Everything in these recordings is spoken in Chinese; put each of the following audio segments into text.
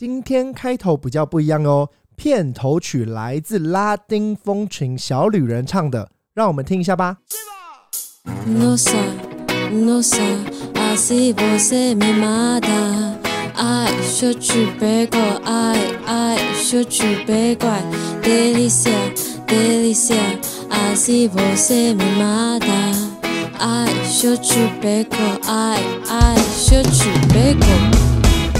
今天开头比较不一样哦，片头曲来自拉丁风情小旅人唱的，让我们听一下吧。 Nossa, nossa, assim você me mata. Ai, eu te pego, ai, ai, eu te pego, ai. Delícia, delícia, assim você me mata. Ai, eu te pego, ai, ai, eu te pego.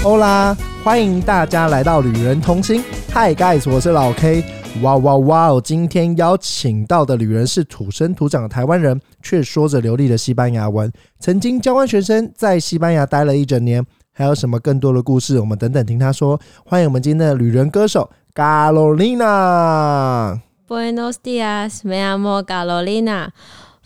欧啦，欢迎大家来到旅人同心。Hi guys，我是老 K。哇哇哇哦！今天邀请到的旅人是土生土长的台湾人，却说着流利的西班牙文，曾经交换学生，在西班牙待了一整年。还有什么更多的故事？我们等等听他说。欢迎我们今天的旅人歌手 Carolina。 Buenos días, me llamo Carolina.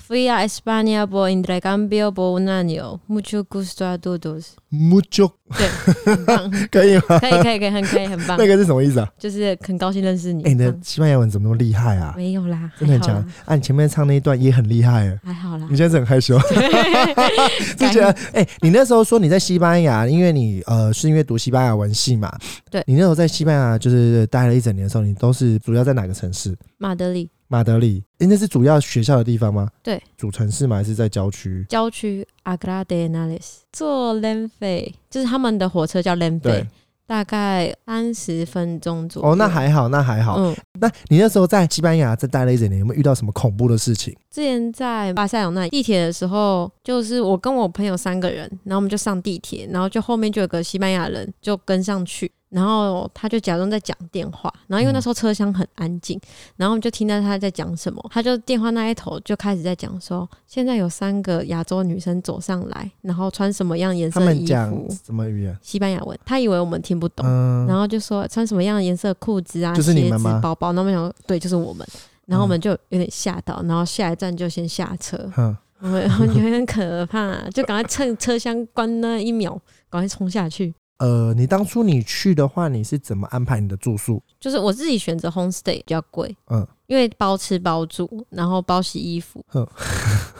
Fui a España por intercambio por un año. Mucho gusto a todos. Mucho 对，很棒，可以吗？可以，可以，可以，很可以，很棒那，个是什么意思啊？就是很高兴认识你。哎、你的嗯西班牙文怎么那么厉害啊？没有啦，真的很还好啊强啦，啊！你前面唱那一段也很厉害哎。还好啦你。现在是很害 羞，之前哎、你那时候说你在西班牙，因为你呃是因为读西班牙文系嘛，对你那时候在西班牙就是待了一整年的时候，你都是主要在哪个城市？马德里马德里，哎、那是主要学校的地方吗？对，主城市吗？还是在郊区？郊区 Agra de Nales 坐 Lenfe，就是他们的火车叫 Lenfe，对，大概三十分钟左右。哦，那还好，那还好。嗯，那你那时候在西班牙在待了一整年，有没有遇到什么恐怖的事情？之前在巴塞罗那地铁的时候，就是我跟我朋友三个人，然后我们就上地铁，然后就后面就有个西班牙人就跟上去，然后他就假装在讲电话，然后因为那时候车厢很安静，然后我们就听到他在讲什么，他就电话那一头就开始在讲说，现在有三个亚洲女生走上来，然后穿什么样颜他色的们衣讲服，什么语言？西班牙文，他以为我们听不懂，嗯，然后就说穿什么样的颜色的裤子啊，就是你们吗嗯鞋子、包包。那我们想说，对，就是我们。然后我们就有点吓到，然后下一站就先下车， 哼，我们我们觉得很可怕，就赶快趁车厢关那一秒，赶快冲下去。呃，你当初你去的话，你是怎么安排你的住宿？就是我自己选择 homestay 比较贵，嗯，因为包吃包住，然后包洗衣服哼。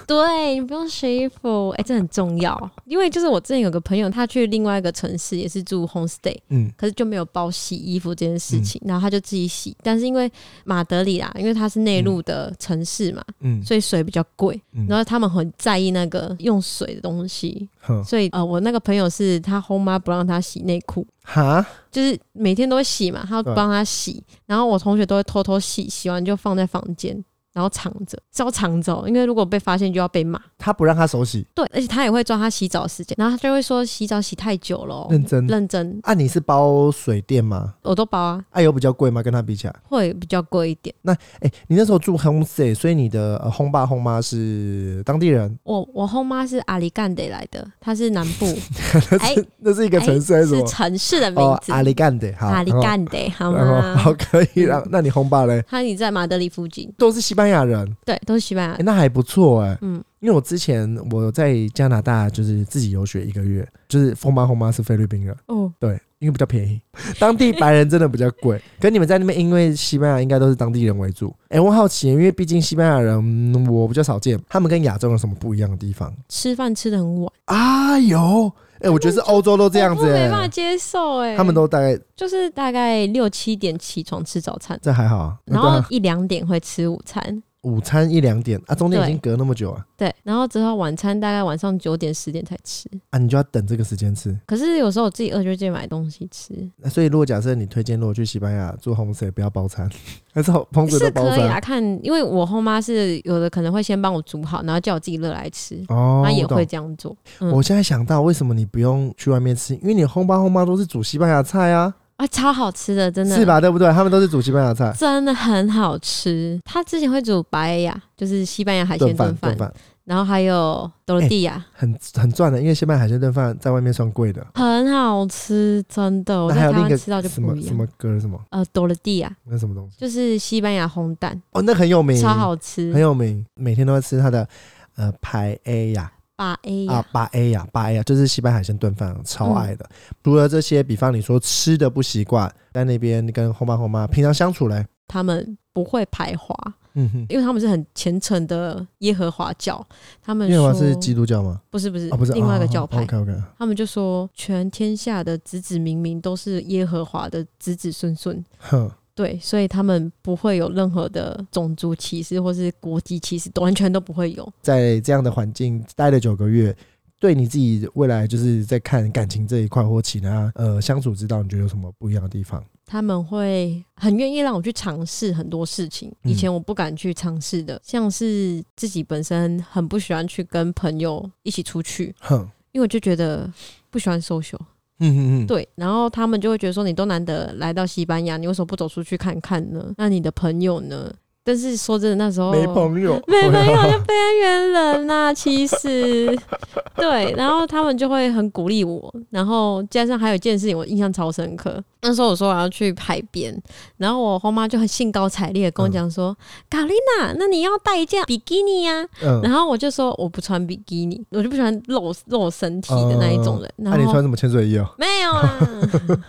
对你不用洗衣服，哎、这很重要。因为就是我之前有个朋友，他去另外一个城市也是住 homestay，嗯，可是就没有包洗衣服这件事情，然后他就自己洗。但是因为马德里啦，因为它是内陆的城市嘛，嗯，所以水比较贵，嗯然后他们很在意那个用水的东西，哼，所以呃，我那个朋友是他后妈不让他洗内裤，哈，就是每天都会洗嘛，他对帮他洗，嗯然后我同学都会偷偷洗，洗完就放在房间。然后藏着是要藏着哦，因为如果被发现就要被骂。他不让他手洗，对，而且他也会抓他洗澡的时间，然后他就会说洗澡洗太久了哦、认真。认真，啊，你是包水电吗？我都包啊，啊，有比较贵吗？跟他比起来，会比较贵一点。哎、你那时候住 homestay，所以你的呃轰爸轰妈是当地人，我我后妈是阿里干得来的，她是南 部，哎、那是一个城市还是什是么？城市的哦名，字，阿里干的，好，阿里干得好然后，然后吗好？可以然后那你轰爸嘞，她也在马德里附近，都是西班牙人，对，都是西班牙哎、那还不错哎、嗯，因为我之前我在加拿大就是自己游学一个月，就是风妈轰妈是菲律宾人，哦，对，因为比较便宜， 当地白人真的比较贵。可你们在那边，因为西班牙应该都是当地人为主。哎、我好奇，因为毕竟西班牙人、嗯我比较少见，他们跟亚洲有什么不一样的地方吃饭吃的很晚，啊？有，哎、我觉得是欧洲都这样子、我哎没办法接受哎、他们都大概就是大概六七点起床吃早餐，这还好啊，然对后啊一两点会吃午餐，午餐一两点啊，中间已对经隔那么久啊，对，然后之后晚餐大概晚上九点十点才吃。啊，你就要等这个时间吃。可是有时候我自己饿就会自己买东西吃，那所以，如果假设你推荐，如果去西班牙住 homestay，不要包餐， 还是好棚子都是包可以餐、啊。看，因为我后妈是有的可能会先帮我煮好，然后叫我自己热来吃。哦，他也我懂会这样做。嗯我现在想到，为什么你不用去外面吃？因为你烘吧烘吧都是煮西班牙菜啊，啊，超好吃的，真的是？吧？对不对？他们都是煮西班牙菜，真的很好吃。他之前会煮白呀，就是西班牙海鲜饭炖炖饭，饭哎然后还有多罗蒂亚，很很赚的，因为西班牙海鲜炖饭在外面算贵的。很好吃，真的。我那在还有哦台另一湾个吃到就什不么一什样。么歌什么呃，多罗蒂亚那什么东西？就是西班牙烘蛋，哦，那很有名，超好很吃。有名，每天都要吃它的呃排 A 呀巴 A 啊哎呀，八 A 呀八 A 呀，就是西班牙海鲜炖饭，超爱的。嗯除了这些，比方你说吃的不习惯，在那边跟后妈后妈平常相处嘞，他们不会排华，嗯哼，因为他们是很虔诚的耶和华教，他们因为说我是基督教吗？不是不是啊，不是，另外一个教派， OK OK，他们就说全天下的子子民民都是耶和华的子子孙孙，哼，对，所以他们不会有任何的种族歧视或是国籍歧视，完全都不会有。在这样的环境待了九个月，对你自己未来就是在看感情这一块或其他呃相处之道，你觉得有什么不一样的地方？他们会很愿意让我去尝试很多事情，嗯以前我不敢去尝试的，像是自己本身很不喜欢去跟朋友一起出去，哼，因为我就觉得不喜欢 social。嗯嗯嗯，对，然后他们就会觉得说，你都难得来到西班牙，你为什么不走出去看看呢？那你的朋友呢？但是说真的，那时候没朋友，哦 没朋友就边缘人呐、其实 对，然后他们就会很鼓励我，然后加上还有一件事情我印象超深刻，那时候我说我要去海边，然后我后妈就很兴高采烈的跟我讲说：“卡丽娜，那你要带一件比基尼呀、然 嗯，后我就说我不穿比基尼，我就不喜欢露露身体的那一种人。那、 然啊你后穿什么潜水衣哦？没有 啦。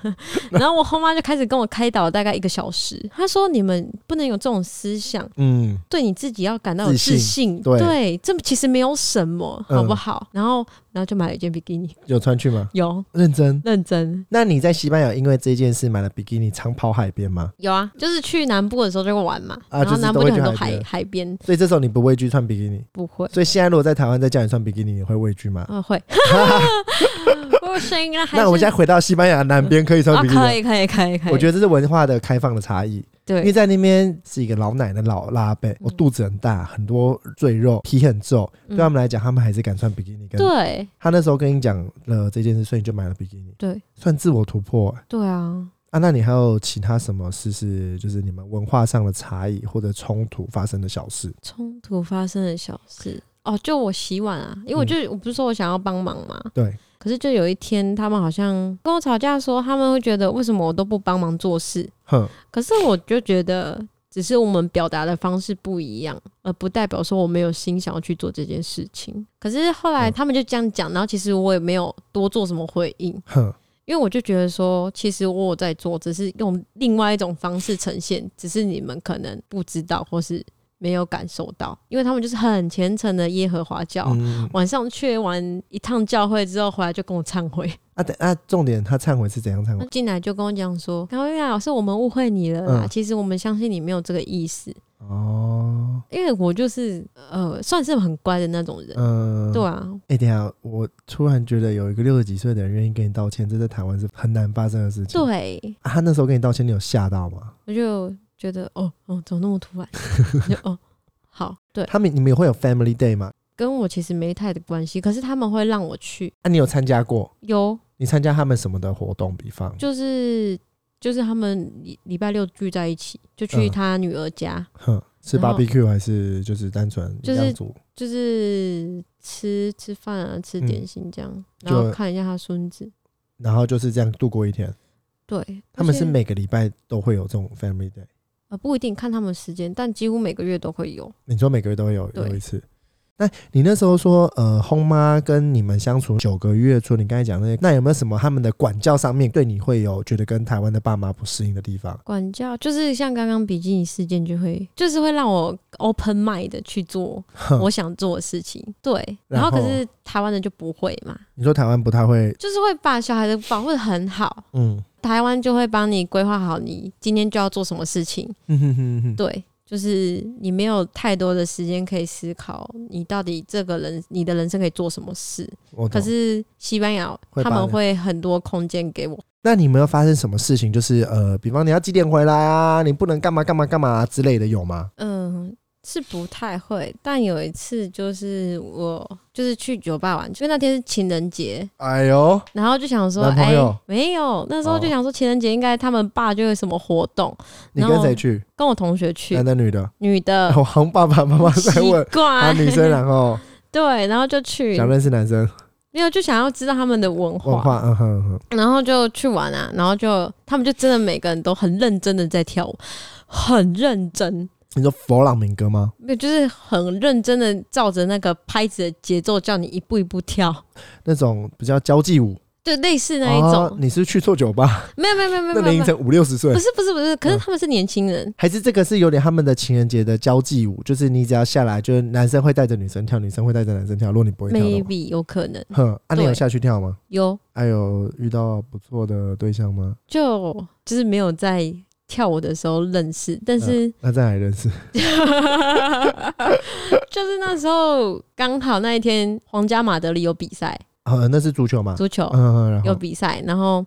然后我后妈就开始跟我开导大概一个小时，她说你们不能有这种思想，嗯，对你自己要感到有自信自信。对这其实没有什么，嗯好不好？然后然后就买了一件比基尼， 有穿去吗？有认真。认真那你在西班牙因为这件事买了比基尼，常跑海边吗？有啊，就是去南部的时候就会玩嘛，啊然后就是南都部会有很去多海海边海边所以这时候你不畏惧穿比基尼。不 会。所以现在如果在台湾再叫你穿比基尼，你会畏惧吗？啊，会， 不行啊！还那我们是现在回到西班牙南边可以穿啊，比基尼吗可。以，可以，可以，可以。我觉得得这是文化的开放的差异，因为对，嗯在那边是一个老奶奶、老拉贝，我肚子很大，很多赘肉，皮很皱，对他嗯们来讲，他们还是敢穿比基尼。跟对，他那时候跟你讲了这件事，所以你就买了比基尼，对，算自我突破欸对啊。啊。那你还有其他什么事是就是你们文化上的差异或者冲突发生的小事？冲突发生的小事哦，就我洗碗啊，因为我就、嗯我不是说我想要帮忙嘛，对，可是就有一天他们好像跟我吵架说，他们会觉得为什么我都不帮忙做事，哼，可是我就觉得只是我们表达的方式不一样，而不代表说我没有心想要去做这件事情。可是后来嗯他们就这样讲，然后其实我也没有多做什么回应，哼，因为我就觉得说，其实我有在做，只是用另外一种方式呈现，只是你们可能不知道或是没有感受到，因为他们就是很虔诚的耶和华教。嗯，晚上去完一趟教会之后，回来就跟我忏悔，啊，等啊，重点他忏悔是怎样忏他悔？进来就跟我讲说：“高月老师，我们误会你了啦，嗯其实我们相信你没有这个意思，哦，因为我就是呃，算是很乖的那种人，嗯，对啊，哎、等一下，我突然觉得有一个六十几岁的人愿意跟你道歉，这在台湾是很难发生的事情。对，啊、他那时候跟你道歉，你有吓到吗？我就觉得哦哦，怎么那么突然？ 我就哦，好，对。”他们你们也会有 Family Day 吗？跟我其实没太的关系，可是他们会让我去，啊，你有参加过？有你参加他们什么的活动？比方，就是就是他们礼礼拜六聚在一起，就去嗯他女儿家，哼，是然后 barbecue 还是就是单纯就是样煮？就是吃吃饭啊，吃嗯点心这样，就然后看一下他孙子。然后就是这样度过一天。对，他们而是且每个礼拜都会有这种 Family Day，呃不一定看他们时间，但几乎每个月都会有。你说每个月都会有对有一次。那你那时候说，呃，轰妈跟你们相处九个月，除了你刚才讲的那些，那有没有什么他们的管教上面对你会有觉得跟台湾的爸妈不适应的地方？管教就是像刚刚比基尼事件，就会就是会让我 open mind 的去做哼我想做的事情。对，嗯然然后可后是台湾人就不会嘛，你说台湾不太会，就是会把小孩的保护的很好，嗯，台湾就会帮你规划好你今天就要做什么事情。哼嗯哼哼哼对，就是你没有太多的时间可以思考，你到底这个人你的人生可以做什么事。我懂可是西班牙会他把们你会很多空间给我，那你有没有发生什么事情？就是呃，比方你要几点回来啊？你不能干嘛干嘛干嘛之类的，有吗？嗯。是不太会，但有一次就是我就是去酒吧玩，因为那天是情人节，哎呦，然后就想说，男哎、朋友没有，那时候哦就想说情人节应该他们爸就有什么活动，你然跟后谁去？跟我同学去呃男，的女的？女的， 我好像爸爸妈妈在奇问 啊，怪，女生然后对，然后就 去，想认识男生没有就想要知道他们的文化，文化，嗯哼嗯哼，然后就去玩啊，然后就他们就真的每个人都很认真的在跳舞，很认真，你说佛朗明哥吗？没有就是很认真的照着那个拍子的节奏，叫你一步一步跳。那种比较交际舞，对，类似那一种，哦你是去错酒吧？没有没有没有没那有林没依有，晨五六十岁不，是不是不是，嗯可是他们是年轻人，还是这个是有点他们的情人节的交际舞，就是你只要下来，就是男生会带着女生跳，女生会带着男生跳。如果你不会跳的话， maybe 有可能哼，啊，你对有下去跳吗？有，还有遇到不错的对象吗？就就是没有在跳舞的时候认识，但是、呃那再来认 识嗯 就是那时候刚好那一天皇家马德里有比赛，啊，那是足球嘛？足球嗯，然有后比赛，然后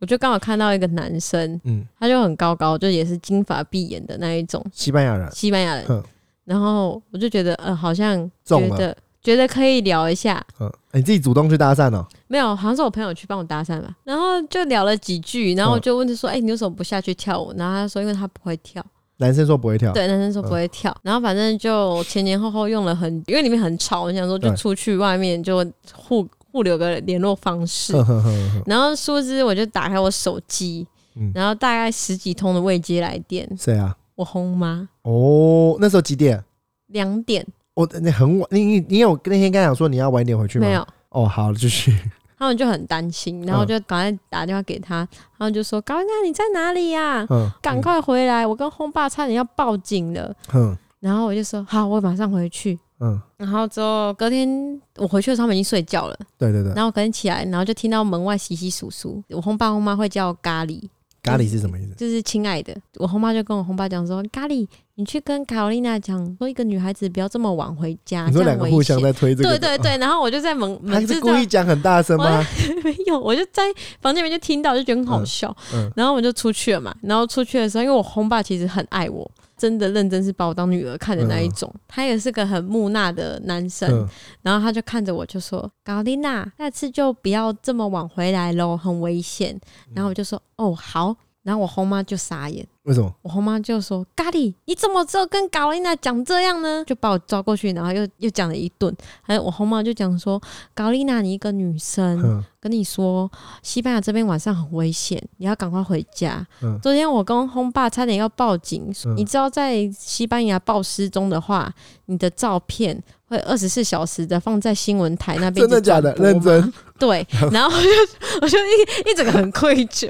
我就刚好看到一个男生，嗯，他就很高高，就也是金发碧眼的那一种西班牙人西班牙嗯人，然后我就觉得呃好像中觉了得觉得可以聊一下，嗯，欸你自己主动去搭讪哦、没有，好像是我朋友去帮我搭讪吧，然后就聊了几句，嗯然后我就问他说：“哎、你为什么不下去跳舞？”然后他说：“因为他不会跳。男生说不会跳， 对，男生说不会跳。嗯然后反正就前前后后用了很，因为里面很吵，我想说就对出去外面就互互留个联络方式。哼哼哼哼，然后殊不知我就打开我手机，嗯然后大概十几通的未接来电，谁啊？我轰妈哦，那时候几点？两点我、那很晚，你你你有那天刚讲说你要晚一点回去吗？没。有。哦，好，继 续。他们就很担心，然后嗯就赶快打电话给他，然后就说：“高娜，你在哪里啊呀、嗯，赶快回来！我跟轰爸差点要报警了。嗯。然后我就说好，我马上回去。嗯嗯，然后之后隔天我回去的时候，他们已经睡觉了。对对对。然后我隔天起来，然后就听到门外稀稀疏疏。我轰爸轰妈会叫我咖喱，咖喱是什么意思？就是亲爱的。我轰妈就跟我轰爸讲说：“咖喱，你去跟卡罗琳娜讲，说一个女孩子不要这么晚回家，你这说样两个危互险相。”在推这个，对对对，然后我就在门他门就是在故意讲很大声吗？没有，我就在房间里面就听到，就觉得很好笑。嗯嗯然后我就出去了嘛。然后出去的时候，因为我轰爸其实很爱我，真的认真是把我当女儿看的那一种。他也是个很木讷的男生，嗯，然后他就看着我就说：“高丽娜，下次就不要这么晚回来喽，很危险。”嗯然后我就说：“哦，好。”然后我轰妈就傻眼。为什么？我后妈就说：“咖喱，你怎么只有跟高丽娜讲这样呢？”就把我抓过去，然后又又讲了一顿。还有我后妈就讲说：“高丽娜，你一个女生，嗯跟你说，西班牙这边晚上很危险，你要赶快回家。嗯昨天我跟轰爸差点要报警，嗯你知道在西班牙报失踪的话，你的照片会二十四小时的放在新闻台那边，真的假的？认。真？对，然后我就 我就一一整个很愧疚，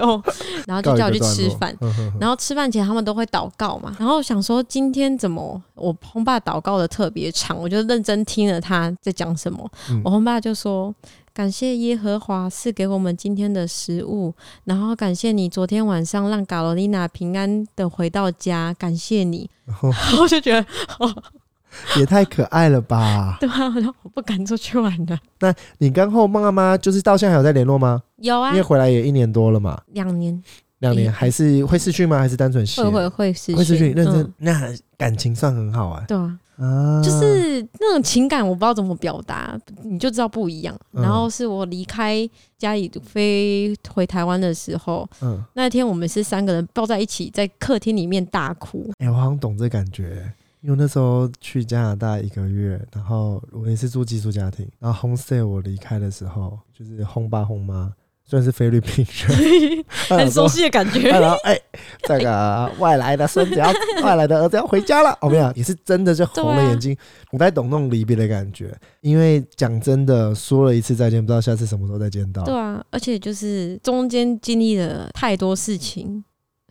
然后就叫我去吃饭。嗯哼哼然后吃饭前他们都会祷告嘛，然后想说今天怎么我轰爸祷告的特别长，我就认真听了他在讲什么。嗯我轰爸就说：“感谢耶和华赐给我们今天的食物，然后感谢你昨天晚上让卡罗琳娜平安的回到家，感谢你。哦我就觉得 也太可爱了吧！对啊，然后我不敢出去玩了。你跟后妈妈就是到现在还有在联络吗？有啊因为，回来也一年多了嘛，两年两年嗯还是会失去吗？还是单纯失会会会失会失去？认真嗯，那感情算很好啊对啊，啊！就是那种情感，我不知道怎么表达，你就知道不一样。嗯然后是我离开家里飞回台湾的时候，嗯，那天我们是三个人抱在一起，在客厅里面大 哭。哎，我好像懂这感觉。因为那时候去加拿大一个月，然后我也是住寄宿家庭，然后 homestay 我离开的时候，就是轰爸轰妈，虽然是菲律宾 人，他很想说熟悉的感觉。然后哎，这个外来的孙子要外来的儿子要回家 了，我们俩也是真的就红了眼睛，我在懂那种离别的感觉，因为讲真的，说了一次再见，不知道下次什么时候再见到。对啊，而且就是中间经历了太多事情，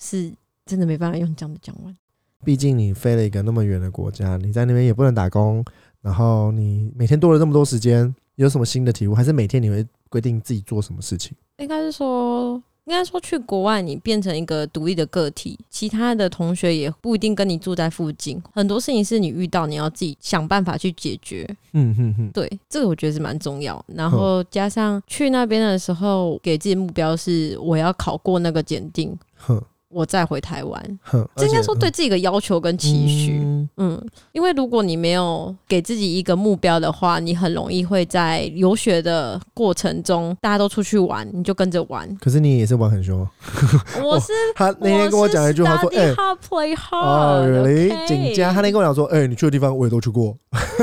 是真的没办法用讲的讲完。毕竟你飞了一个那么远的国家，你在那边也不能打工，然后你每天多了这么多时间，有什么新的体悟？还是每天你会规定自己做什么事情？应该是说，应该说去国外，你变成一个独立的个体，其他的同学也不一定跟你住在附近，很多事情是你遇到，你要自己想办法去解决。嗯哼哼，对，这个我觉得是蛮重要。然后加上去那边的时候，给自己目标是我要考过那个检定，哼我再回台湾。哼，嗯这应该说而且对自己的要求跟期许。嗯。嗯，因为如果你没有给自己一个目标的话，你很容易会在游学的过程中，大家都出去玩，你就跟着玩可是你也是玩很凶哦。 我是他那天跟我讲一句话说：“哎、 ，study hard play 哦 hard， ，really？ OK 景嘉，他那天跟我讲说，哎、你去的地方我也都去过，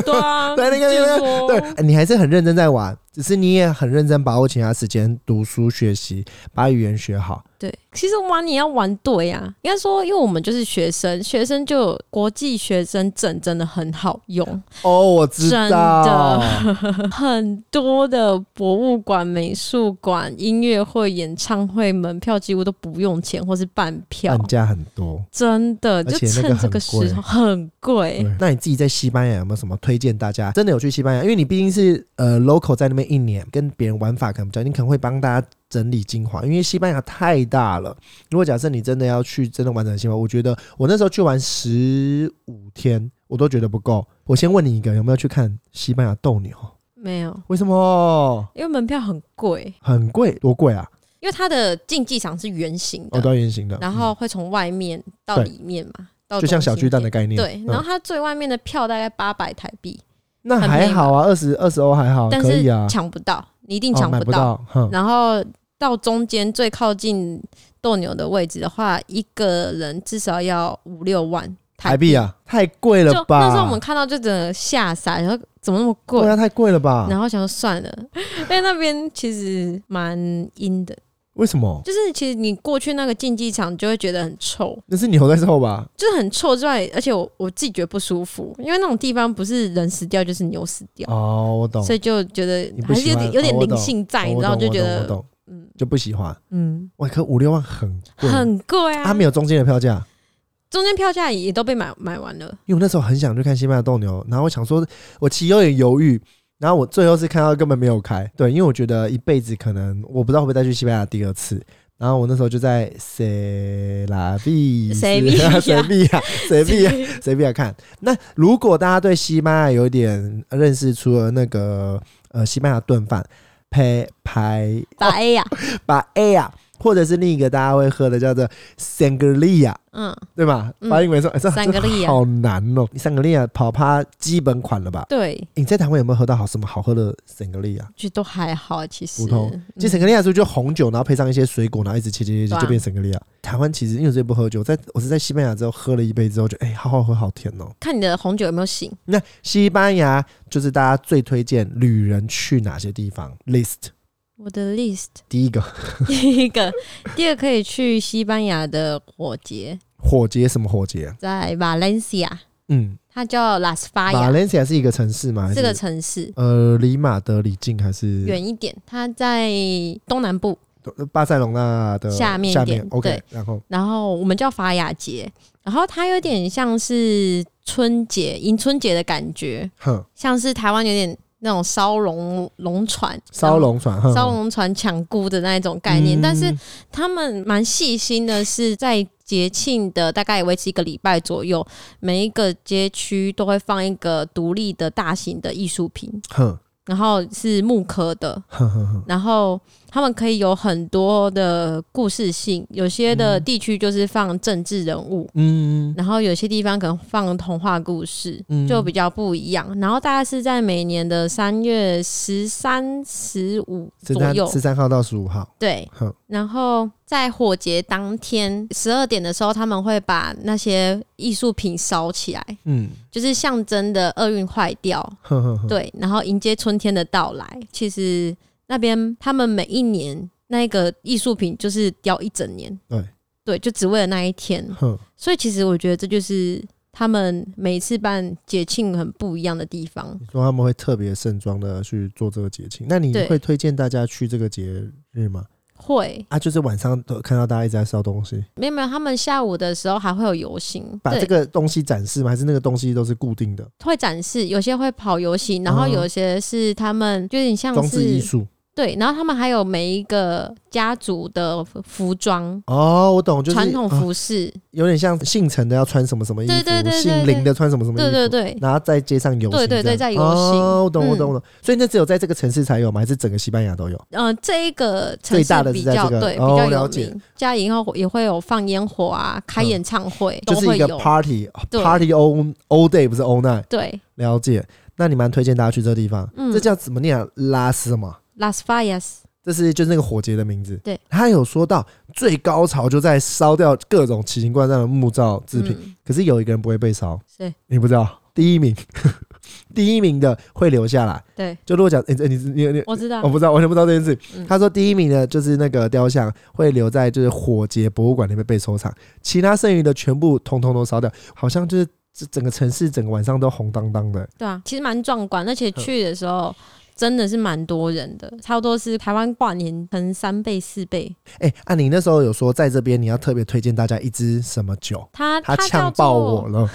对 啊，对那个哎就是那说对，你还是很认真在玩，只是你也很认真把握其他时间读书学习，把语言学好。对，其实玩你要玩对呀、应该说，因为我们就是学生，学生就有国际学生证真的很好用， 哦，我知真道， 很多的博物馆、美术馆、音乐会、演唱会门票几乎都不用钱，或是半票按，价很多。真的而就且那个趁这很嗯个时候很贵对。，那你自己在西班牙有没有什么推荐？大家真的有去西班牙？因为你毕竟是呃 local 在那边一年，跟别人玩法可能比较，你可能会帮大家整理精华。因为西班牙太大了，如果假设你真的要去真的完整的西班牙，我觉得我那时候去玩十五天，我都觉得不够。我先问你一个，有没有去看西班牙斗牛？没有，为什么因为门票很贵，很贵？多贵啊？因为它的竞技场是圆形的，哦，都要圆形的，然后会从外面到对里面嘛，到嗯就像中小心巨蛋的点。概念。对，然后嗯、它最外面的票大概八百台币，那很还便宜好啊，二十二十欧还好，但可是以啊，抢不到，你一定哦抢买不不到。到，哼，然后到中间最靠近斗牛的位置的话，一个人至少要五六万台币币。啊，太贵了就吧？那时候我们看到就整个吓傻，然后怎么那么贵对？啊，太贵了吧？然后想说算了， 因为那边其实蛮阴的，为什么？就是其实你过去那个竞技场就会觉得很臭，那是牛在臭吧？就是很臭之外，而且我我自己觉得不舒服，因为那种地方不是人死掉就是牛死掉，哦，我懂，所以就觉得你不还是喜有欢点有点哦我懂灵性在，哦你我知道懂就我觉懂我得懂嗯就不喜欢。嗯哇，可五六万很贵，很贵啊，他没有中间的票价。中间票价也都被买买 完了，因为我那时候很想去看西班牙斗牛，然后我想说，我其实有点犹豫，然后我最后是看到根本没有开，对，因为我觉得一辈子可能我不知道会不会再去西班牙第二次。然后我那时候就在塞拉比塞比 亚塞比亚塞比 亚随便看。那如果大家对西班牙有一点认识，除了那个呃西班牙炖饭、拍排白呀，把 A 啊，或者是另一个大家会喝的叫做 Sangria，嗯，对吧？嗯发音没错，哎这这 Sangria 好难哦。Sangria 跑趴基本款了吧？对，你在台湾有没有喝到好什么好喝的 Sangria？就都还好，其实普通嗯其实 Sangria 是不是就红酒，然后配上一些水果，然后一直切切切对切啊就变 Sangria。台湾其实因为我最近不喝酒，在我是在西班牙之后喝了一杯之后，就哎、好好喝，好甜哦。看你的红酒有没有醒，那西班牙就是大家最推荐旅人去哪些地方？List 我的 list 第一个第一个，第二个可以去西班牙的火节，火节什么火节？在 Valencia，嗯它叫 Las f a y a ，Valencia 是一个城市吗？这个还是城市呃，离马德里近还是远一点，它在东南部，巴塞隆纳的下面一下面点？OK，对然后然后我们叫法雅节，然后它有点像是春节迎春节的感觉，哼，像是台湾有点那种烧龙龙船，烧龙船，哼烧龙船抢孤的那一种概念，但是嗯他们蛮细心的，是在节庆的大概维持一个礼拜左右，每一个街区都会放一个独立的大型的艺术品，哼然后是木刻的，哼哼哼，然后他们可以有很多的故事性，有些的地区就是放政治人物。嗯然后有些地方可能放童话故事，嗯就比较不一样。然后大概是在每年的三月十三、十五十左三右，十三号到十五号，对哼，然后在火节当天十二点的时候，他们会把那些艺术品烧起来，嗯，就是象征的厄运坏掉，哼哼哼，对，然后迎接春天的到来。其实那边他们每一年那个艺术品就是雕一整年，对，嗯对，就只为了那一天。哼，所以其实我觉得这就是他们每一次办节庆很不一样的地方。你说他们会特别盛装的去做这个节庆，那你对会推荐大家去这个节日吗？会，啊，就是晚上都看到大家一直在烧东西，没有没有，他们下午的时候还会有游行，把对这个东西展示吗？还是那个东西都是固定的会展示，有些会跑游戏，然后有些是他们有点像嗯装置艺嗯是术？对，然后他们还有每一个家族的服装。哦，我懂，就是传统啊服饰，有点像姓陈的要穿什么什么衣服，对对对对姓林的穿什么什么衣服，对对对，然后在街上游行这对样，对对在游哦，行我懂，我嗯懂，我懂。所以那只有在这个城市才有吗？还是整个西班牙都有？呃，这一个城最大的市是比在较这个对比哦较有了解名，家以后也会有放烟火啊，开嗯演唱会就都是会一个有， party 哦对 party all all day，不是 all night。对，了解，那你蛮推荐大家去这个地方。嗯这叫怎么念、啊？拉斯吗？ ，Las f a y a s 这是就是那个火节的名字。对，他有说到最高潮就在烧掉各种奇形怪状的木造制品，嗯可是有一个人不会被烧，谁？你不知道？第一名， 第一名的会留下来。对，就如果讲，诶诶你你你我知道呃我，不知道，完全不知道这件事。嗯他说第一名呢，就是那个雕像会留在就是火节博物馆里面被收藏，其他剩余的全部通通都烧掉，好像就是这整个城市整个晚上都红当当的。对啊，其实蛮壮观，而嗯且去的时候真的是蛮多人的，差不多是台湾跨年乘三倍四倍。哎、啊，你那时候有说在这边你要特别推荐大家一支什么酒？ 他他叫呛做爆我了，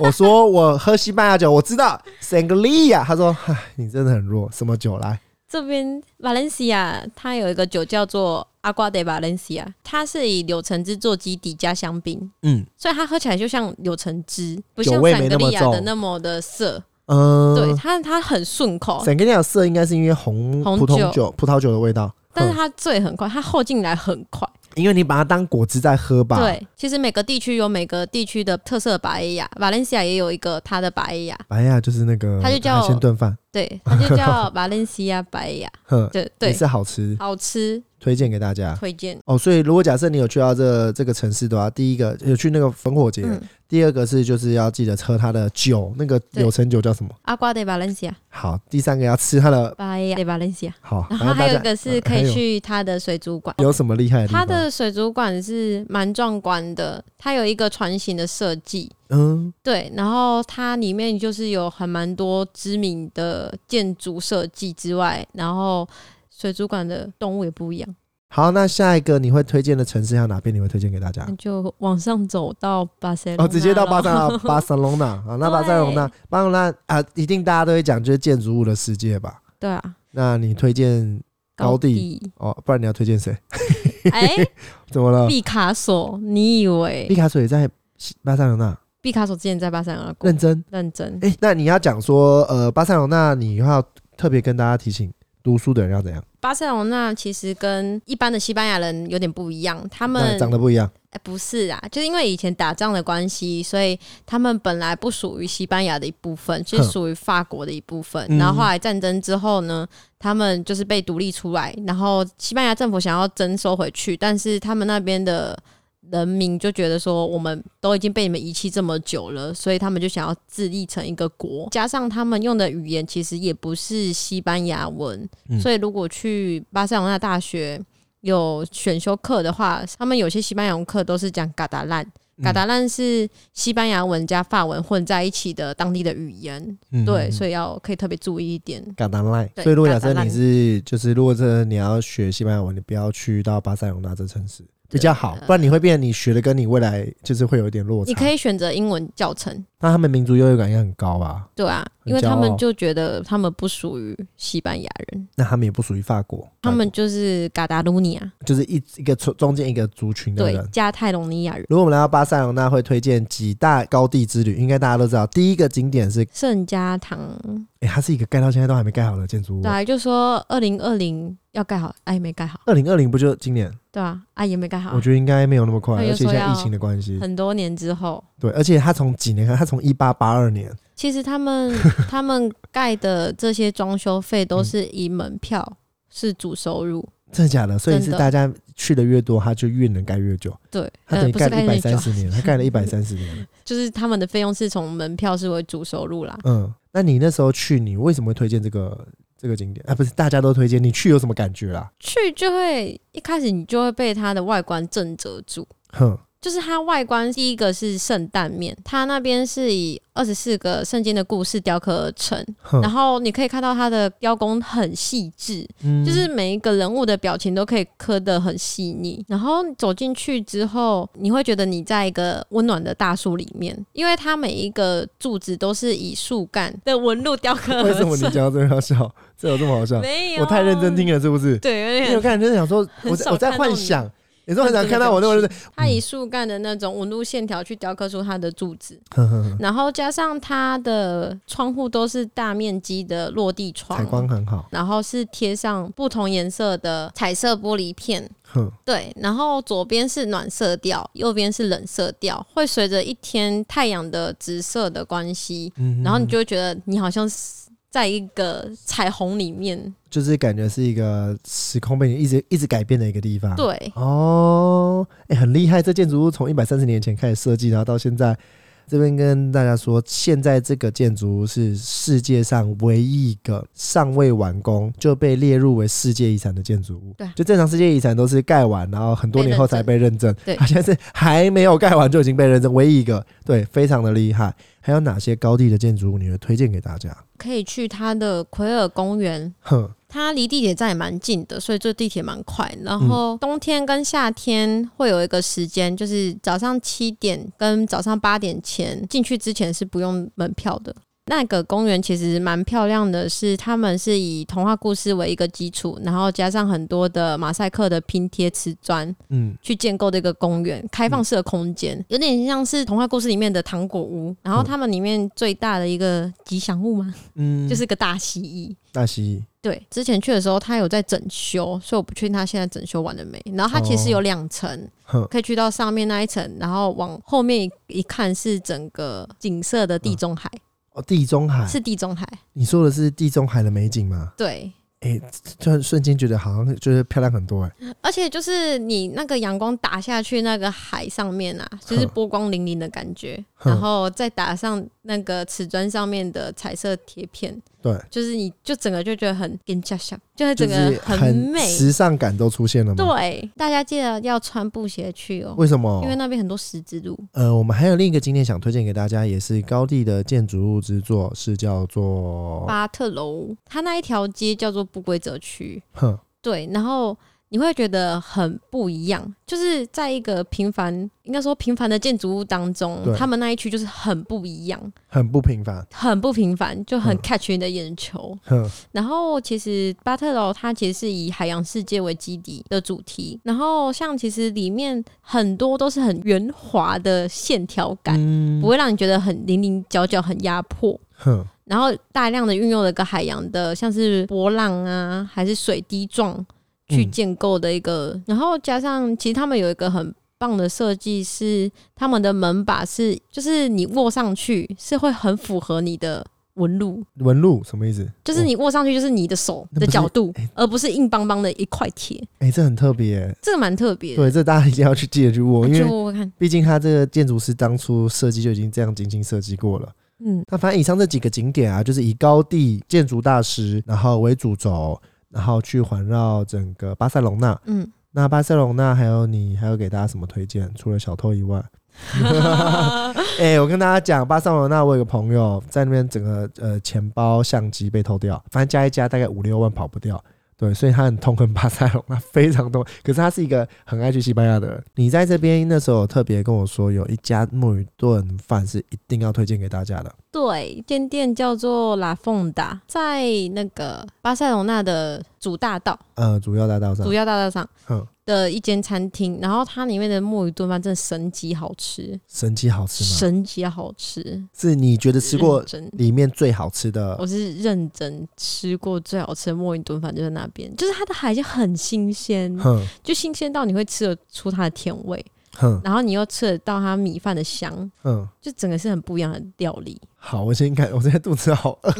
我说我喝西班牙酒，我知道 Sangria。他说：“唉，你真的很弱，什么酒来？这边 Valencia，它有一个酒叫做 Agua de Valencia，它是以柳橙汁做基底加香槟，嗯所以它喝起来就像柳橙汁，不酒像味闪没格那么利亚的重那么的涩。嗯，对，它它很顺口， ，Sangria 的色应该是因为红红葡萄酒酒、葡萄酒的味道，但嗯是它醉很快，它后进来很快。因为你把它当果汁在喝吧。，对，其实每个地区有每个地区的特色巴耶亚，Valencia 也有一个它的巴耶亚，白呀，就是那个它就叫海鲜炖饭，对，它 就叫 Valencia 白雅，哼，对也对，是好吃，好吃，推荐给大家。推荐。哦，所以如果假设你有去到这这个城市的话，第一个有去那个烽火节，嗯第二个是就是要记得喝它的酒，那个对柳橙酒叫什么？ ，Agua de Valencia，好，第三个要吃它的巴耶亚 de Valencia。哎好，然反后正大还有家一个是嗯可还以有去它的水族馆，有什么厉害的地它方？的水族馆是蛮壮观的，它有一个船型的设计，嗯，对，然后它里面就是有很蛮多知名的建筑设计之外，然后水族馆的动物也不一样，好，那下一个你会推荐的城市还有哪边？你会推荐给大家那？就往上走到巴塞罗啊哦，那咯，直接到巴塞罗巴塞隆纳啊，那巴塞隆纳，巴塞隆纳啊，一定大家都会讲就是建筑物的世界吧？ 对啊，那你推荐高高地 地，哦，不然你要推荐谁？ 哎，怎么了？毕卡索，你以毕为卡索也在西巴塞罗那，毕卡索之前在巴塞罗那过认真。认真？哎、那你要讲说，呃，巴塞罗那，你要特别跟大家提醒，读书的人要怎样？巴塞罗那其实跟一般的西班牙人有点不一样，他他们长得不一样。哎不是啊，就是因为以前打仗的关系，所以他们本来不属于西班牙的一部分，是哼属于法国的一部分。嗯然后后来战争之后呢，他们就是被独立出来，然后西班牙政府想要征收回去，但是他们那边的。人民就觉得说，我们都已经被你们遗弃这么久了，所以他们就想要自立成一个国。加上他们用的语言其实也不是西班牙文，嗯所以如果去巴塞罗那大学有选修课的话，他们有些西班牙文课都是讲嘎达烂。嗯嘎达烂是西班牙文加法文混在一起的当地的语言，嗯对，所以以要可以特别注意一点。嘎达赖。对所以如果假嘎达设赖你是，就是如果真的你要学西班牙文，你不要去到巴塞罗那这城市比较好，不然你会变你学的跟你未来就是会有一点落差。嗯你可以选择英文教程，那他们民族优越感也很高吧？对啊，很因为骄傲他们就觉得他们不属于西班牙人，那他们也不属于法国，他法们就是嘎达卢尼亚，国就是一一个中中间一个族群的对人，。加泰隆尼亚人。如果我们来到巴塞罗那，会推荐几大高地之旅，应该大家都知道。第一个景点是，圣家堂，哎、它是一个盖到现在都还没盖好的建筑物对。啊，就说二零二零要盖好，哎、没盖好，二零二零不就今年？对啊，啊也没盖好我，觉得应该没有那么快，那而就且现说在要疫情的关系，很多年之后，对，而且它从几年开始，它从一八八二年，其实他 们他们盖的这些装修费嗯都是以门票是主收入，真的假的？所以是真的大家去的越多，它就越能盖越久。对，它等呃，于不盖是了盖一那百三，久十年， 它盖了一百三十年。就是他们的费用是从门票是为主收入啦。嗯，那你那时候去，你为什么会推荐这个这个景点？啊，不是大家都推荐，你去有什么感觉啦？去就会一开始你就会被它的外观震慑住。哼，就是它外观，第一个是圣诞面，它那边是以二十四个圣经的故事雕刻而成，哼然后你可以看到它的雕工很细致，嗯就是每一个人物的表情都可以刻得很细腻，然后走进去之后，你会觉得你在一个温暖的大树里面，因为它每一个柱子都是以树干的纹路雕 刻为什么而你成。讲到这个要 笑？这有这么好笑？没有，啊我太认真，听了，是不是？对，有因为我点。看你嗯就是想说，我很在少我在看到幻你想，你说很想看到我那个，它以树干的那种纹路线条去雕刻出它的柱子，哼哼哼然后加上它的窗户都是大面积的落地采窗，光很好，然后是贴上不同颜色的彩色玻璃片，哼，对，然后左边是暖色调，右边是冷色调，会随着一天太阳的直射的关系，嗯然后你就会觉得你好像是在一个彩虹里面。就是感觉是一个时空背景一直一直改变的一个地方。，对，哦，哎，很厉害，这建筑物从一百三十年前开始设计，然后到现在。这边跟大家说，现在这个建筑物是世界上唯一一个尚未完工就被列入为世界遗产的建筑物。对就正常世界遗产都是盖完，然后很多年后才被认证。被认证对它现在是还没有盖完就已经被认证，唯一一个，对，非常的厉害。还有哪些高地的建筑物你会推荐给大家？可以去它的奎尔公园。哼，它离地铁站也蛮近的，所以坐地铁蛮快。然后冬天跟夏天会有一个时间，就是早上七点跟早上八点前进去之前是不用门票的。那个公园其实蛮漂亮的是，他们是以童话故事为一个基础，然后加上很多的马赛克的拼贴瓷砖，嗯，去建构的一个公园，开放式的空间，有点像是童话故事里面的糖果屋。然后他们里面最大的一个吉祥物嘛，嗯，就是个大蜥蜴。大蜥对，之前去的时候他有在整修，所以我不确定他现在整修完了没。然后它其实哦有两层，哼可以去到上面那一层，然后往后面一一看是整个景色的地中海，哦，地中海，是地中海。你说的是地中海的美景吗？对，突然瞬间觉得好像就是漂亮很多哎、而且就是你那个阳光打下去那个海上面啊，就是哼波光粼粼的感觉，哼然后再打上那个瓷砖上面的彩色贴片，对，就是你就整个就觉得很跟恰恰，就是就整个是很美。时尚感都出现了吗？对，大家记得要穿布鞋去哦。为什么？因为那边很多十字路，呃，我们还有另一个景点想推荐给大家，也是高地的建筑物之作，是叫做巴特楼，它那一条街叫做不规则区，哼对，然后你会觉得很不一样，就是在一个平凡，应该说平凡的建筑物当中对，他们那一区就是很不一样，很不平凡，很不平凡，就很嗯 catch 你的眼球。哼然后其实巴特楼它其实是以海洋世界为基底的主题，然后像其实里面很多都是很圆滑的线条感，嗯不会让你觉得很零零角角、很压迫。哼然后大量的运用了一个海洋的，像是波浪啊，还是水滴状去嗯建构的一个，然后加上其实他们有一个很棒的设计是他们的门把是，就是你握上去是会很符合你的纹路，纹路什么意思？就是哦你握上去就是你的手那的不是角度哎，而不是硬邦邦的一块铁，哎、这很特别、这个蛮特别的。对，这大家一定要去记得去握，因就为我看，毕竟它这个建筑师当初设计就已经这样精心设计过了。嗯，那反正以上这几个景点啊，就是以高地建筑大师然后为主轴，然后去环绕整个巴塞隆纳。嗯，那巴塞隆纳还有你还有给大家什么推荐？除了小偷以外，嗯 哎、我跟大家讲，巴塞罗那我有个朋友在那边整个呃钱包、相机被偷掉，反正加一加大概五六万跑不掉。对，所以他很痛恨巴塞罗那， 非常痛恨。可是他是一个很爱去西班牙的人。你在这边那时候有特别跟我说，有一家墨鱼炖饭是一定要推荐给大家的。对，间店叫做拉凤达，在那个巴塞罗那的主大道。呃，主要大道上主，要大道上嗯，的一间餐厅，然后它里面的墨鱼炖饭真的神级好吃，神奇好吃吗？神级好吃，是你觉得吃过认真。里面最好吃的我是认真吃过最好吃的墨鱼炖饭，就在那边，就是它的海鲜很新鲜，哼就新鲜到你会吃得出它的甜味，哼然后你又吃得到它米饭的香，哼。就整个是很不一样的料理。好，我先看，我 现在肚子好 饿，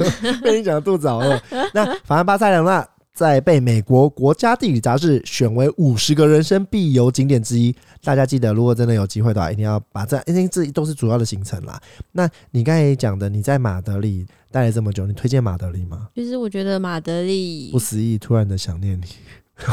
被你讲得肚子好饿。那法兰巴塞罗那在被美国国家地理杂志选为五十个人生必游景点之一，大家记得，如果真的有机会的话，一定要把这，因为这都是主要的行程啦。那你刚才讲的，你在马德里待了这么久，你推荐马德里吗？就是我觉得马德里不思议，突然的想念你。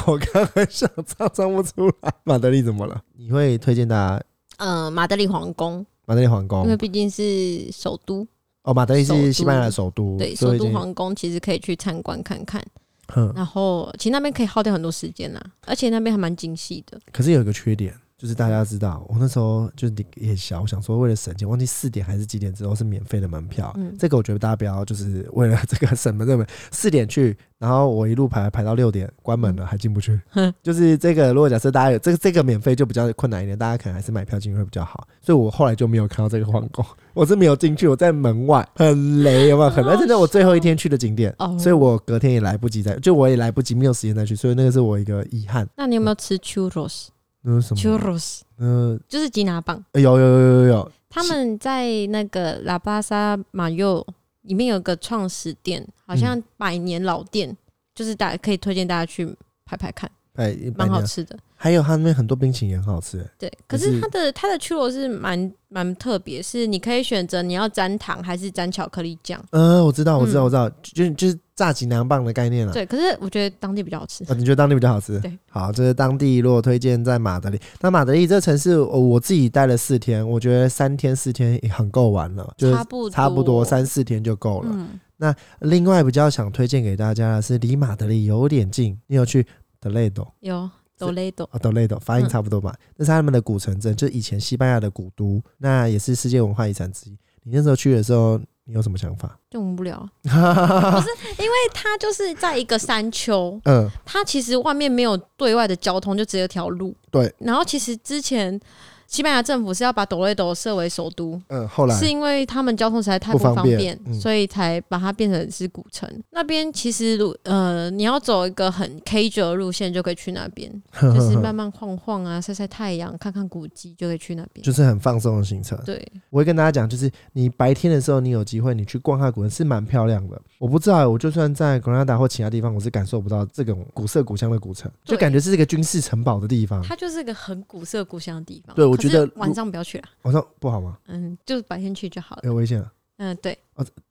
我刚很想唱，唱不出来。马德里怎么了？你会推荐大家呃，马德里皇宫，马德里皇因为宫？毕竟是首都，哦，马德里首是都西班牙的首都，对，所首以嗯都就皇宫其实可以去参观看看。哼，然后其实那边可以耗掉很多时间啦，而且那边还蛮精细的。可是有一个缺点，就是大家知道，我那时候就是也小，我想说为了省钱，忘记四点还是几点之后是免费的门票。嗯这个我觉得大家不要就是为了这个省 门这个门，四点去，然后我一路排排到六点，关门了嗯还进不 去。哼就是这个，如果假设大家有这个这个免费就比较困难一点，大家可能还是买票进去会比较好。所以我后来就没有看到这个皇宫， 我是没有进去，我在门外，很雷，有没有？很雷，这是我最后一天去的景点。哦所以我隔天也来不及再，就我也来不及，没有时间再去，所以那个是我一个遗憾。那你有没有吃 churros？churros 那是什么？嗯、就是吉拿棒，欸有有有有有，他们在那个拉巴萨马佑里面有个创始店，好像百年老店，就是大可以推荐大家去拍拍看，哎，蛮好白娘吃的。还有他那边很多冰淇淋很好吃，欸对，可可是是它的它的曲螺是蛮蛮特别，是你可以选择你要沾糖还是沾巧克力酱。嗯、我知道，我知道，嗯我知道，就就是炸几囊棒的概念了。对，可是我觉得当地比较好吃。啊，你觉得当地比较好吃？对，好，这是当地如果推荐在马德里。那马德里这个城市，我我自己待了四天，我觉得三天四天也很够玩了，就是差不多差不多三四天就够了。嗯，另外比较想推荐给大家的是，离马德里有点近，你有去 Toledo 有是 d o l e d o 啊，Toledo 发音嗯差不多吧？那、是他们的古城镇，就是以前西班牙的古都，那也是世界文化遗产之一。你那时候去的时候，你有什么想法？就很无 聊，因为它就是在一个山丘，嗯，它其实外面没有对外的交通，就只有一条路。对，然后其实之前西班牙政府是要把 d o l e d o 设为首都，嗯，后来 是因为他们交通实在太不不方方便便，嗯所以才把它变成是古城。那边其实如呃，你要走一个很 K 九的路线就可以去那 边，就是慢慢晃晃啊，晒晒太阳，看看古迹就可以去那边。就是很放松的行程。对，我会跟大家讲，就是你白天的时候，你有机会你去逛下古城是蛮漂亮的。我不知道欸，我就算在格拉达或其他地方，我是感受不到这种古色古香的古城，就对感觉是一个军事城堡的地方。它就是一个很古色古香的地方。对我可是觉得晚上不要去了，我说不好吗？嗯，就是白天去就好了。有危险啊？嗯，对，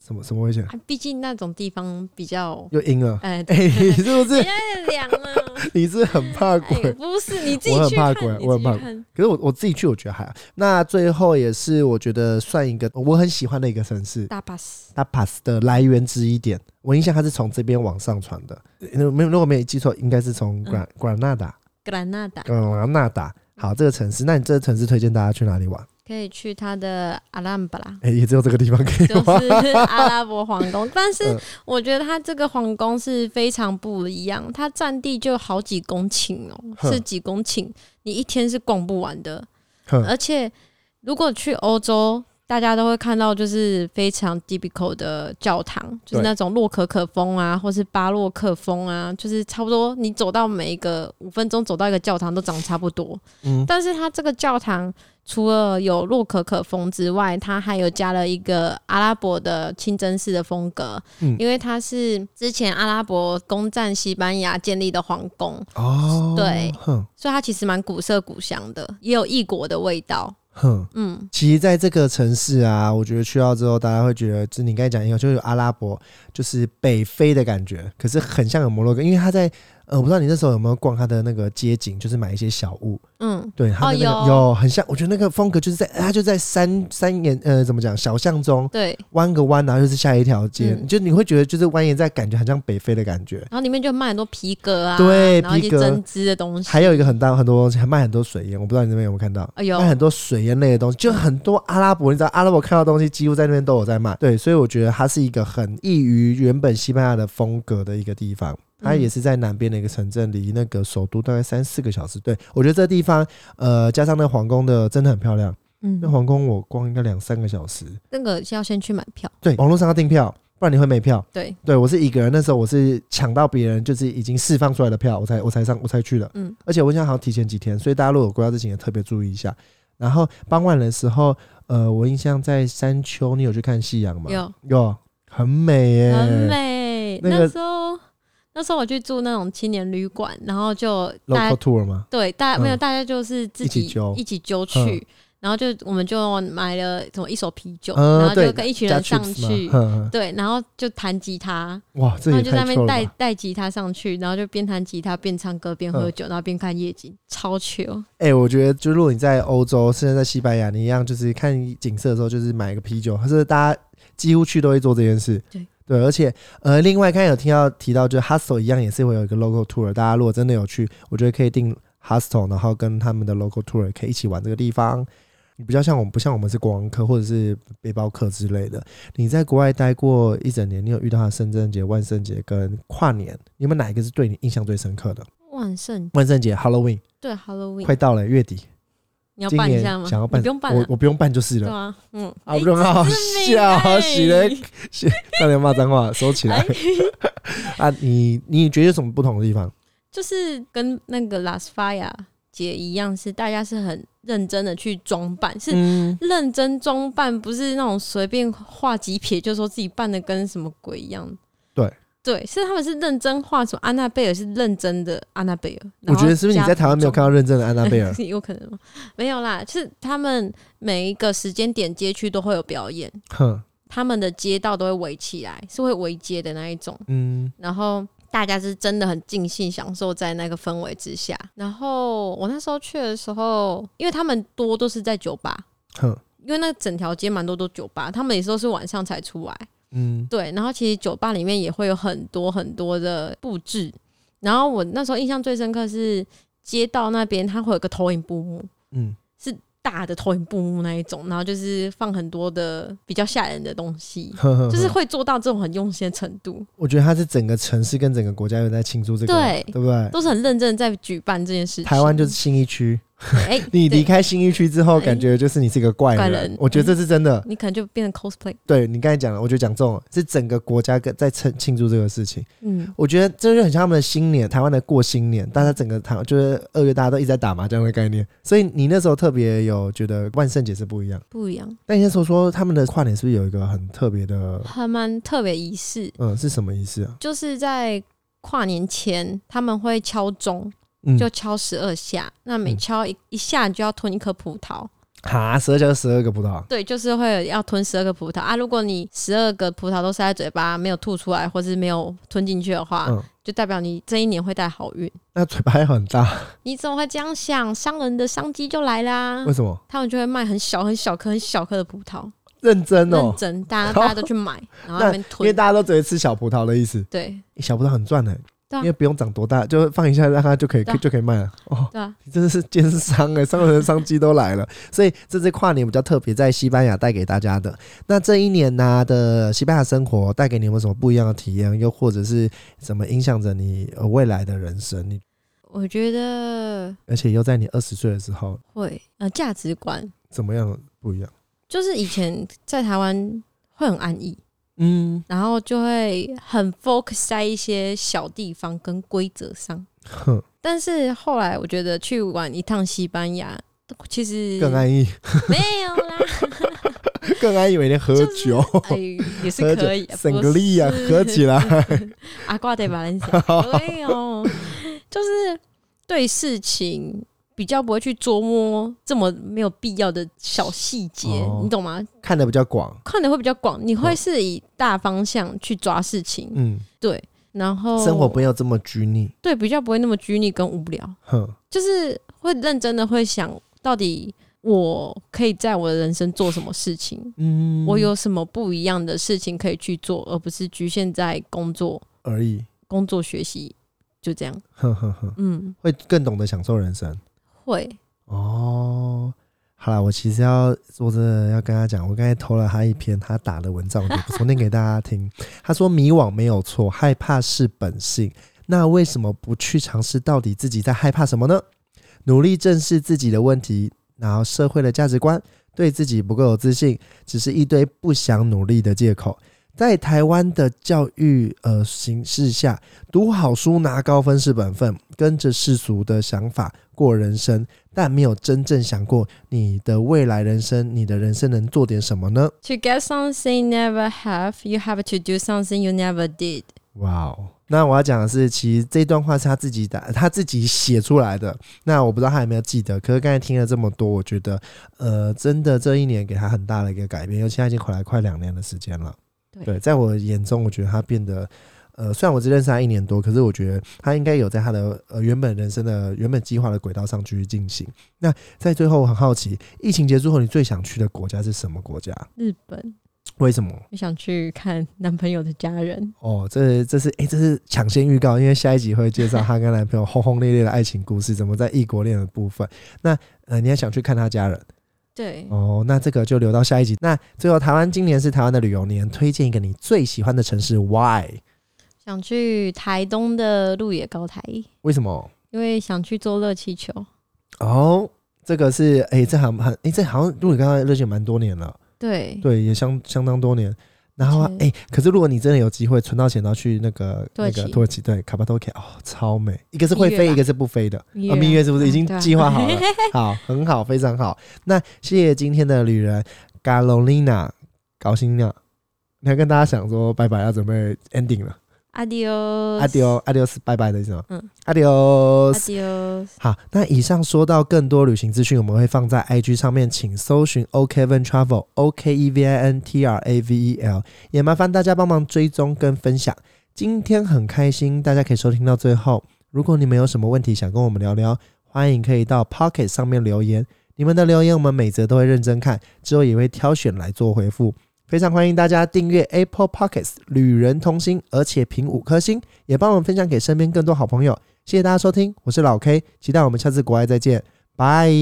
什么什么危险？啊毕竟那种地方比 较，又阴了？ 哎、哎、你是不比是？较凉 啊。你是很怕鬼？哎，不是你自己我很去怕看，鬼你我很自己怕去看。可是我我自己去，我觉得还好。那最后也是我觉得算一个我很喜欢的一个城市，大巴士，它 pass 的来源之一点，我印象它是从这边往上传的。呃没有，如果没有记错，应该是从格拉格拉纳达。格兰纳达。格兰纳达。好，这个城市，那你这个城市推荐大家去哪里玩？，可以去它的阿拉姆巴拉 哎、也只有这个地方可以就玩。是阿拉伯皇 宫。但是嗯我觉得它这个皇宫是非常不一样，它占地就好几公顷哦、哼是几公顷，你一天是逛不完的。哼而且如果去欧洲，大家都会看到就是非常 typical 的教堂，就是那种洛可可风啊，或是巴洛克风啊，就是差不多你走到每一个五分钟走到一个教堂都长差不多。嗯，但是它这个教堂除了有洛可可风之外，它还有加了一个阿拉伯的清真寺的风格，嗯因为它是之前阿拉伯攻占西班牙建立的皇宫，哦，对哼所以它其实蛮古色古香的，也有异国的味道。哼。嗯，其实，在这个城市啊，我觉得去到之后，大家会觉得，就是你刚才讲一个，就是有阿拉伯，就是北非的感觉，可是很像有摩洛哥，因为他在，呃，我不知道你那时候有没有逛他的那个街景，就是买一些小物，嗯，对，他的那个、哦有有很像，我觉得那个风格就是在，他就在山山岩，呃，怎么讲，小巷中对，弯个弯，然后就是下一条街，嗯就你会觉得就是蜿蜒在，感觉很像北非的感觉。然后里面就卖很多皮革啊，对然后一皮些革针织的东西，还有一个很大很多东西，还卖很多水烟，我不知道你那边有没有看到，哎呦卖，很多水烟类的东西，就很多阿拉伯，你知道阿拉伯看到的东西几乎在那边都有在卖，对，所以我觉得它是一个很异于原本西班牙的风格的一个地方。它也是在南边的一个城镇，离那个首都大概三四个小时。对我觉得这地方，呃，加上那皇宫的真的很漂亮。嗯那，皇宫我逛应该两三个小时。那个是要先去买票，对，网络上要订票，不然你会没票。对，对我是一个人，那时候我是抢到别人就是已经释放出来的票，我才我才上我才去的。嗯，而且我想好像提前几天，所以大家如果有规划之前也特别注意一下。然后傍晚的时候，呃，我印象在山丘，你有去看夕阳吗？有有，很美耶、很美。那那个时候那时候我去住那种青年旅馆，然后就 Local 大家 tour 吗？对大家、没有嗯大家就是自一己起揪一起揪去。嗯然后就我们就买了什么一手啤酒，嗯然后对就跟一群人加上 chips 嗯吗 去，哼哼对，然后就弹吉他，哇，这然后也就在太那臭了边带吧。带吉他上去，然后就边弹吉他边唱歌边喝嗯酒，然后边看夜景，超 chill。哎、我觉得就如果你在欧洲，甚至在西班牙，你一样就是看景色的时候，就是买个啤酒，可是大家几乎去都会做这件事。对对，而且呃，另外刚才有听到提到，就是 hostel 一样也是会有一个 local tour，大家如果真的有去，我觉得可以订 hostel，然后跟他们的 local tour 可以一起玩这个地方。你比较像我们，不像我们是观光客或者是背包客之类的。你在国外待过一整年，你有遇到他的圣诞节、万圣节跟跨年，你们哪一个是对你印象最深刻的？万圣万圣节 Halloween 对 Halloween，快到了，月底。你要今办年一下吗？想要你办，不用办我了，我不用办就是 对了。啊，嗯，啊，不用好笑，洗了，洗，差点骂脏话，收起哎来。 啊，你你觉得有什么不同的地方？就是跟那个拉斯法亚节一样，是大家是很认真的去装扮，是嗯，认真装扮，不是那种随便画几撇就说自己扮的跟什么鬼一样。对，对，是他们是认真画出安娜贝尔，是认真的安娜贝尔。？我觉得是不是你在台湾没有看到认真的安娜贝尔？有可能吗？没有啦，是他们每一个时间点街区都会有表演，哼，他们的街道都会围起来，是会围街的那一种。嗯，然后大家是真的很尽兴享受在那个氛围之下。然后我那时候去的时候，因为他们多都是在酒吧，哼，因为那整条街蛮多都酒吧，他们也都是晚上才出来。嗯，对，然后其实酒吧里面也会有很多很多的布置。然后我那时候印象最深刻是街道那边，它会有个投影布幕，嗯，大的投影布幕那一种，然后就是放很多的比较吓人的东西，呵呵，就是呵会做到这种很用心的程度。我觉得它是整个城市跟整个国家有在庆祝这个，对对不对？都是很认真地在举办这件事情。台湾就是新一区，哎、 你对离开新一区之后，哎感觉就是你是一个怪怪人。人嗯我觉得这是真的。你可能就变成 cosplay。对你刚才讲了，我觉得讲中了，是整个国家跟在庆庆祝这个事情。嗯，我觉得这就很像他们的新年，台湾的过新年，大家整个台就是二月大家都一直在打麻将的概念。所以你那时候特别有觉得万圣节是不一样。不一样，那你那时候说他们的跨年是不是有一个很特别的？还蛮特别仪式，嗯，是什么意思啊？就是在跨年前他们会敲钟，嗯，就敲十二下，那每嗯敲一一下你就要吞一颗葡萄。哈，十二加十二个葡萄，对，就是会有要吞十二个葡萄啊！如果你十二个葡萄都塞在嘴巴，没有吐出来，或是没有吞进去的话，嗯就代表你这一年会带好运。那嘴巴要很大，你怎么会这样想？商人的商机就来啦为！什么？他们就会卖很小很小颗、很小颗的葡萄，认真哦认，真，大家大家都 去买，然后在那边因为吞。大家都只会吃小葡萄的意思。对小葡萄很赚的、对啊因为不用长多大，就放一下让它就可以、对啊就可以卖了。哦，对啊，你 真的是奸商哎、商人的商机都来 了。所以这次跨年比较特别，在西班牙带给大家的。那这一年呢、的西班牙生活带给你有没有什么不一样的体验，又或者是怎么影响着你呃未来的人生？你我觉得而且又在你二十岁的时候，会呃价值观，怎么样不一样？就是以前在台湾会很安逸，嗯，然后就会很 focus 在一些小地方跟规则上。哼，但是后来我觉得去玩一趟西班牙，其实更安逸， 没有啦，更安逸，每天喝酒，哎，也 是喝酒可以、啊，省个力啊不，是喝起来。 阿瓜得把人 讲，对哦，就是对事情比较不会去琢磨这么没有必要的小细节，哦你懂吗？看的比较广，看的会比较广，你会是以大方向去抓事情，嗯，对，然后生活不要这么拘泥，对比较不会那么拘泥跟无聊，哼，就是会认真的会想到底我可以在我的人生做什么事情。嗯我有什么不一样的事情可以去做，而不是局限在工作、而已，工作、学习，就这样。哼哼哼，嗯，会更懂得享受人生会，哦。好啦，我其实要说真的，要跟他讲，我刚才投了他一篇他打的文章，我就不重念给大家听。他说：“迷惘没有错，害怕是本性。那为什么不去尝试到底自己在害怕什么呢？努力正视自己的问题，然后社会的价值观对自己不够有自信，只是一堆不想努力的借口。在台湾的教育呃形式下，读好书拿高分是本分，跟着世俗的想法过人生，但没有真正想过你的未来人生，你的人生能做点什么呢？ To get something never have, you have to do something you never did。哇哦！那我要讲的是，其实这段话是他自己打，他自己写出来的。那我不知道他有没有记得，可是刚才听了这么多，我觉得，呃，真的这一年给他很大的一个改变，尤其他已经回来快两年的时间了。对在我眼中，我觉得他变得，呃，虽然我只认识他一年多，可是我觉得他应该有在他的呃原本人生的原本计划的轨道上继续进行。那在最后，我很好奇，疫情结束后，你最想去的国家是什么国家？日本，为什么？我想去看男朋友的家人。哦，这这是哎、这是抢先预告，因为下一集会介 绍她跟男朋友轰轰烈烈的爱情故事，怎么在异国恋的部分。那呃，你还想去看她家人对，哦？那这个就留到下一集。那最后，台湾今年是台湾的旅游年，推荐一个你最喜欢的城市，Why？想去台东的鹿野高台，为什么？因为想去坐热气球。哦，这个是哎、这好像很哎、这好像如果刚刚热线蛮多年了，对，对，也相相当多年。然后啊嗯是哎、可是如果你真的有机会存到钱，然后去那个那土耳其个土耳其，对，卡巴多克，哦，超美，一个是会蜜月飞，吧一个是不飞的。蜜啊，蜜月是不是已嗯经对啊计划好 了？好，很好，非常好。那谢谢今天的旅人啊 Carolina 高新娜，你要跟大家想说拜拜，要准备 ending 了。阿 Adios，Adios，迪欧，阿迪欧是拜拜的意思吗？嗯，阿迪欧。好，那以上说到更多旅行资讯，我们会放在 IG 上面，请搜寻 OKVN Travel O K E V I N T R A V E L，也麻烦大家帮忙追踪跟分享。今天很开心，大家可以收听到最后。如果你们有什么问题想跟我们聊聊，欢迎可以到 Pocket 上面留言。你们的留言我们每则都会认真看，之后也会挑选来做回复。非常欢迎大家订阅 Apple Pockets 旅人同心，而且评五颗星，也帮我们分享给身边更多好朋友。谢谢大家收听，我是老 K，期待我们下次国外再见，拜。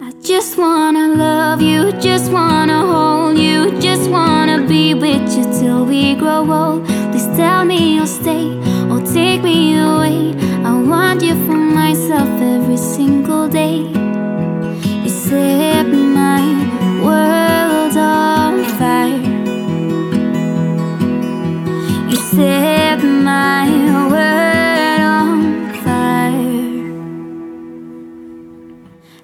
I just wanna love you, just wanna hold you, just wanna be with you till we grow old. Please tell me you'll stay or take me away. I want you for